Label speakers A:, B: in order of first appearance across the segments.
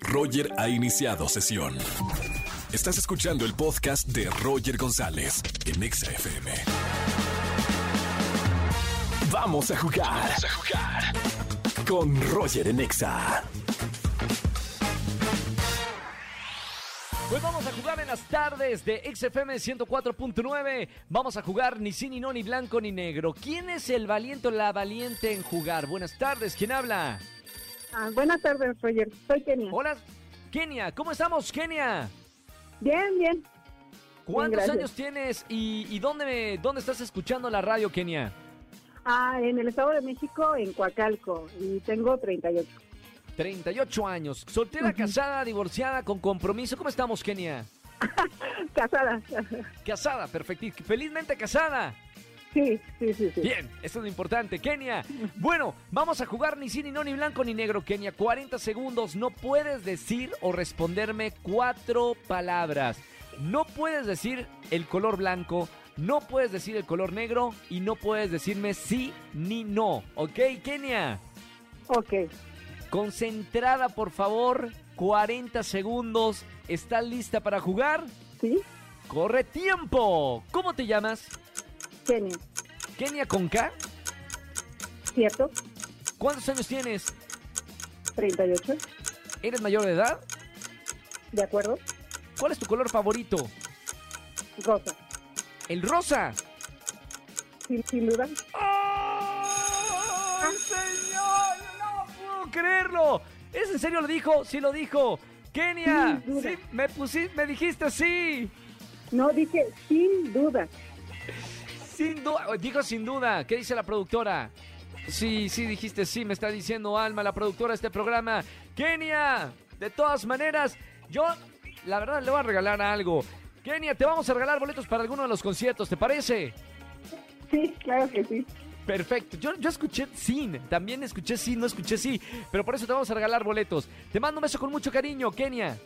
A: Roger ha iniciado sesión. Estás escuchando el podcast de Roger González en Exa FM. Vamos a jugar. Vamos a jugar. Con Roger en Exa.
B: Pues vamos a jugar en las tardes de XFM 104.9. Vamos a jugar ni sí, ni no, ni blanco, ni negro. ¿Quién es el valiente o la valiente en jugar? Buenas tardes, ¿quién habla?
C: Ah, buenas tardes, Roger. Soy Kenia.
B: Hola, Kenia. ¿Cómo estamos, Kenia?
C: Bien, bien.
B: ¿Cuántos
C: gracias.
B: años tienes y, y dónde, dónde estás escuchando la radio, Kenia?
C: Ah, en el Estado de México, en Coacalco, y tengo 38.
B: 38 años. Soltera,
C: Ujú.
B: casada, divorciada, con compromiso. ¿Cómo estamos, Kenia?
C: Casada.
B: Casada, perfecti- Felizmente casada.
C: Sí, sí, sí, sí.
B: Bien, eso es lo importante, Kenia. Bueno, vamos a jugar ni sí, ni no, ni blanco, ni negro, Kenia. 40 segundos, no puedes decir o responderme cuatro palabras. No puedes decir el color blanco, no puedes decir el color negro y no puedes decirme sí ni no. ¿Ok, Kenia?
C: Ok.
B: Concentrada, por favor. 40 segundos. ¿Estás lista para jugar?
C: ¿Sí?
B: ¡Corre tiempo! ¿Cómo te llamas?
C: Kenia.
B: Kenia con K.
C: ¿Cierto?
B: ¿Cuántos años tienes?
C: 38.
B: ¿Eres mayor de edad?
C: ¿De acuerdo?
B: ¿Cuál es tu color favorito?
C: Rosa.
B: El rosa.
C: Sin, sin duda.
B: ¡Ay, señor! ¡No puedo creerlo! ¿Es en serio lo dijo? Sí lo dijo. Kenia,
C: Sin duda.
B: sí, me pusiste, me dijiste sí.
C: No, dije sin duda.
B: Sin duda, dijo sin duda. ¿Qué dice la productora? Sí, sí, dijiste sí, me está diciendo Alma, la productora de este programa. Kenia, de todas maneras, yo, la verdad, le voy a regalar algo. Kenia, te vamos a regalar boletos para alguno de los conciertos, ¿te parece?
C: Sí, claro que sí.
B: Perfecto. Yo, yo escuché sin, también escuché sin, no escuché sí, pero por eso te vamos a regalar boletos. Te mando un beso con mucho cariño, Kenia.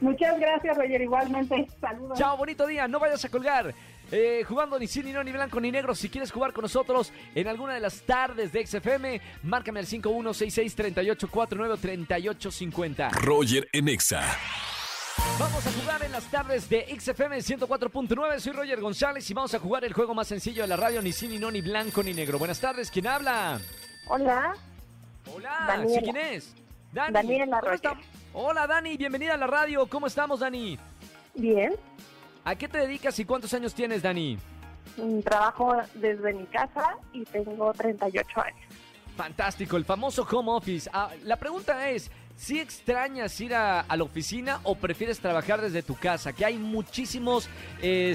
C: Muchas gracias, Roger. Igualmente. Saludos.
B: Chao, bonito día, no vayas a colgar. Eh, jugando ni sí, ni no, ni blanco, ni negro. Si quieres jugar con nosotros en alguna de las tardes de XFM, márcame al 5166-3849-3850.
A: Roger en Exa.
B: Vamos a jugar en las tardes de XFM 104.9. Soy Roger González y vamos a jugar el juego más sencillo de la radio, ni sí, ni no, ni blanco, ni negro. Buenas tardes, ¿quién habla?
D: Hola,
B: Hola,
D: Daniela.
B: ¿sí quién es? Dani.
D: Daniela
B: ¿cómo
D: Rocha.
B: está? Hola Dani, bienvenida a la radio. ¿Cómo estamos, Dani?
D: bien.
B: ¿A qué te dedicas y cuántos años tienes, Dani?
D: Mm, Trabajo desde mi casa y tengo 38 años.
B: Fantástico, el famoso home office. Ah, la pregunta es, ¿si extrañas ir a, a la oficina o prefieres trabajar desde tu casa? Que hay muchísimos,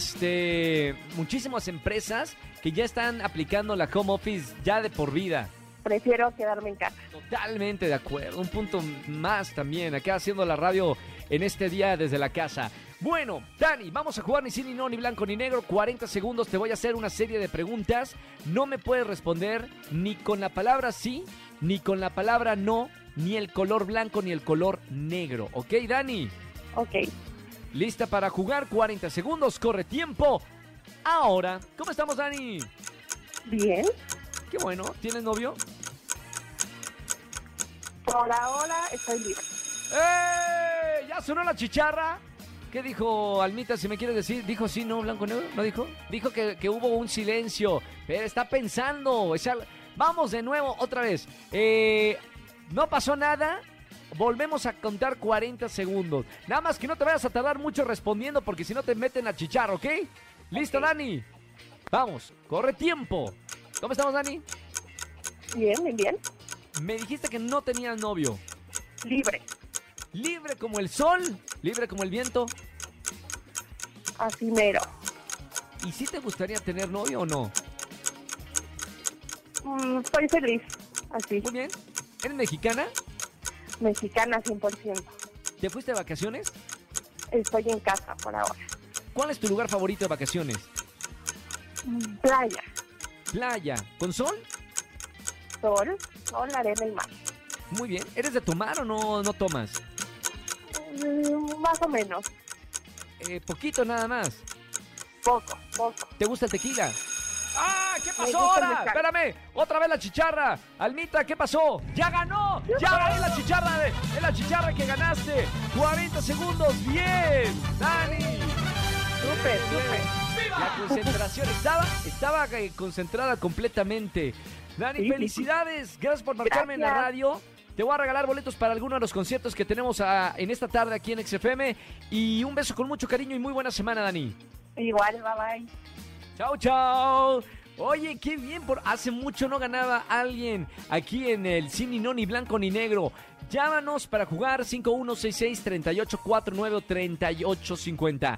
B: este, muchísimas empresas que ya están aplicando la home office ya de por vida.
D: Prefiero quedarme en casa.
B: Totalmente de acuerdo. Un punto más también. Acá haciendo la radio en este día desde la casa. Bueno, Dani, vamos a jugar ni sí, ni no, ni blanco, ni negro. 40 segundos. Te voy a hacer una serie de preguntas. No me puedes responder ni con la palabra sí, ni con la palabra no, ni el color blanco, ni el color negro. ¿Ok, Dani?
D: Ok,
B: Lista para jugar. 40 segundos. Corre tiempo. Ahora. ¿Cómo estamos, Dani?
D: bien.
B: Qué bueno. ¿Tienes novio?
D: Por ahora estoy libre.
B: ¡Eh! ¿Ya sonó la chicharra? ¿Qué dijo Almita, si me quieres decir? ¿Dijo sí, no, blanco, negro? ¿No dijo? Dijo que, que hubo un silencio. Pero está pensando. es al- Vamos de nuevo, otra vez. Eh, no pasó nada. Volvemos a contar 40 segundos. Nada más que no te vayas a tardar mucho respondiendo porque si no te meten a chicharra, ¿ok? ¿Listo,
D: Ok.
B: Dani? Vamos, corre tiempo. ¿Cómo estamos, Dani?
D: Bien, bien, bien.
B: Me dijiste que no tenías novio.
D: Libre.
B: Libre como el sol, libre como el viento,
D: Así mero.
B: ¿Y si te gustaría tener novio o no?
D: Mm, Estoy feliz. Así.
B: Muy bien. ¿Eres mexicana?
D: Mexicana 100%.
B: ¿Te fuiste de vacaciones?
D: Estoy en casa por ahora.
B: ¿Cuál es tu lugar favorito de vacaciones?
D: Mm, Playa,
B: ¿Playa? ¿Con sol?
D: sol, sol, arena y mar.
B: Muy bien. ¿Eres de tomar o no, no tomas?
D: Mm, Más o menos.
B: Eh, poquito nada más.
D: Poco, poco.
B: ¿Te gusta el tequila? ¡Ah! ¿Qué
D: Me
B: pasó
D: gusta el
B: ahora?
D: mezcal.
B: Espérame. Otra vez la chicharra. Almita, ¿qué pasó? ¡Ya ganó! Ya es la chicharra, de- es la chicharra que ganaste. 40 segundos, bien, Dani.
D: Súper, súper.
B: La concentración estaba, estaba eh, concentrada completamente. Dani,
D: Sí, sí, sí.
B: felicidades. Gracias por marcarme en la
D: Gracias.
B: radio. Te voy a regalar boletos para alguno de los conciertos que tenemos ah, en esta tarde aquí en XFM. Y un beso con mucho cariño y muy buena semana, Dani.
D: Igual, bye bye.
B: Chao, chao. Oye, qué bien, por hace mucho no ganaba alguien aquí en el Cine No ni Blanco ni Negro. Llámanos para jugar 5166-3849-3850.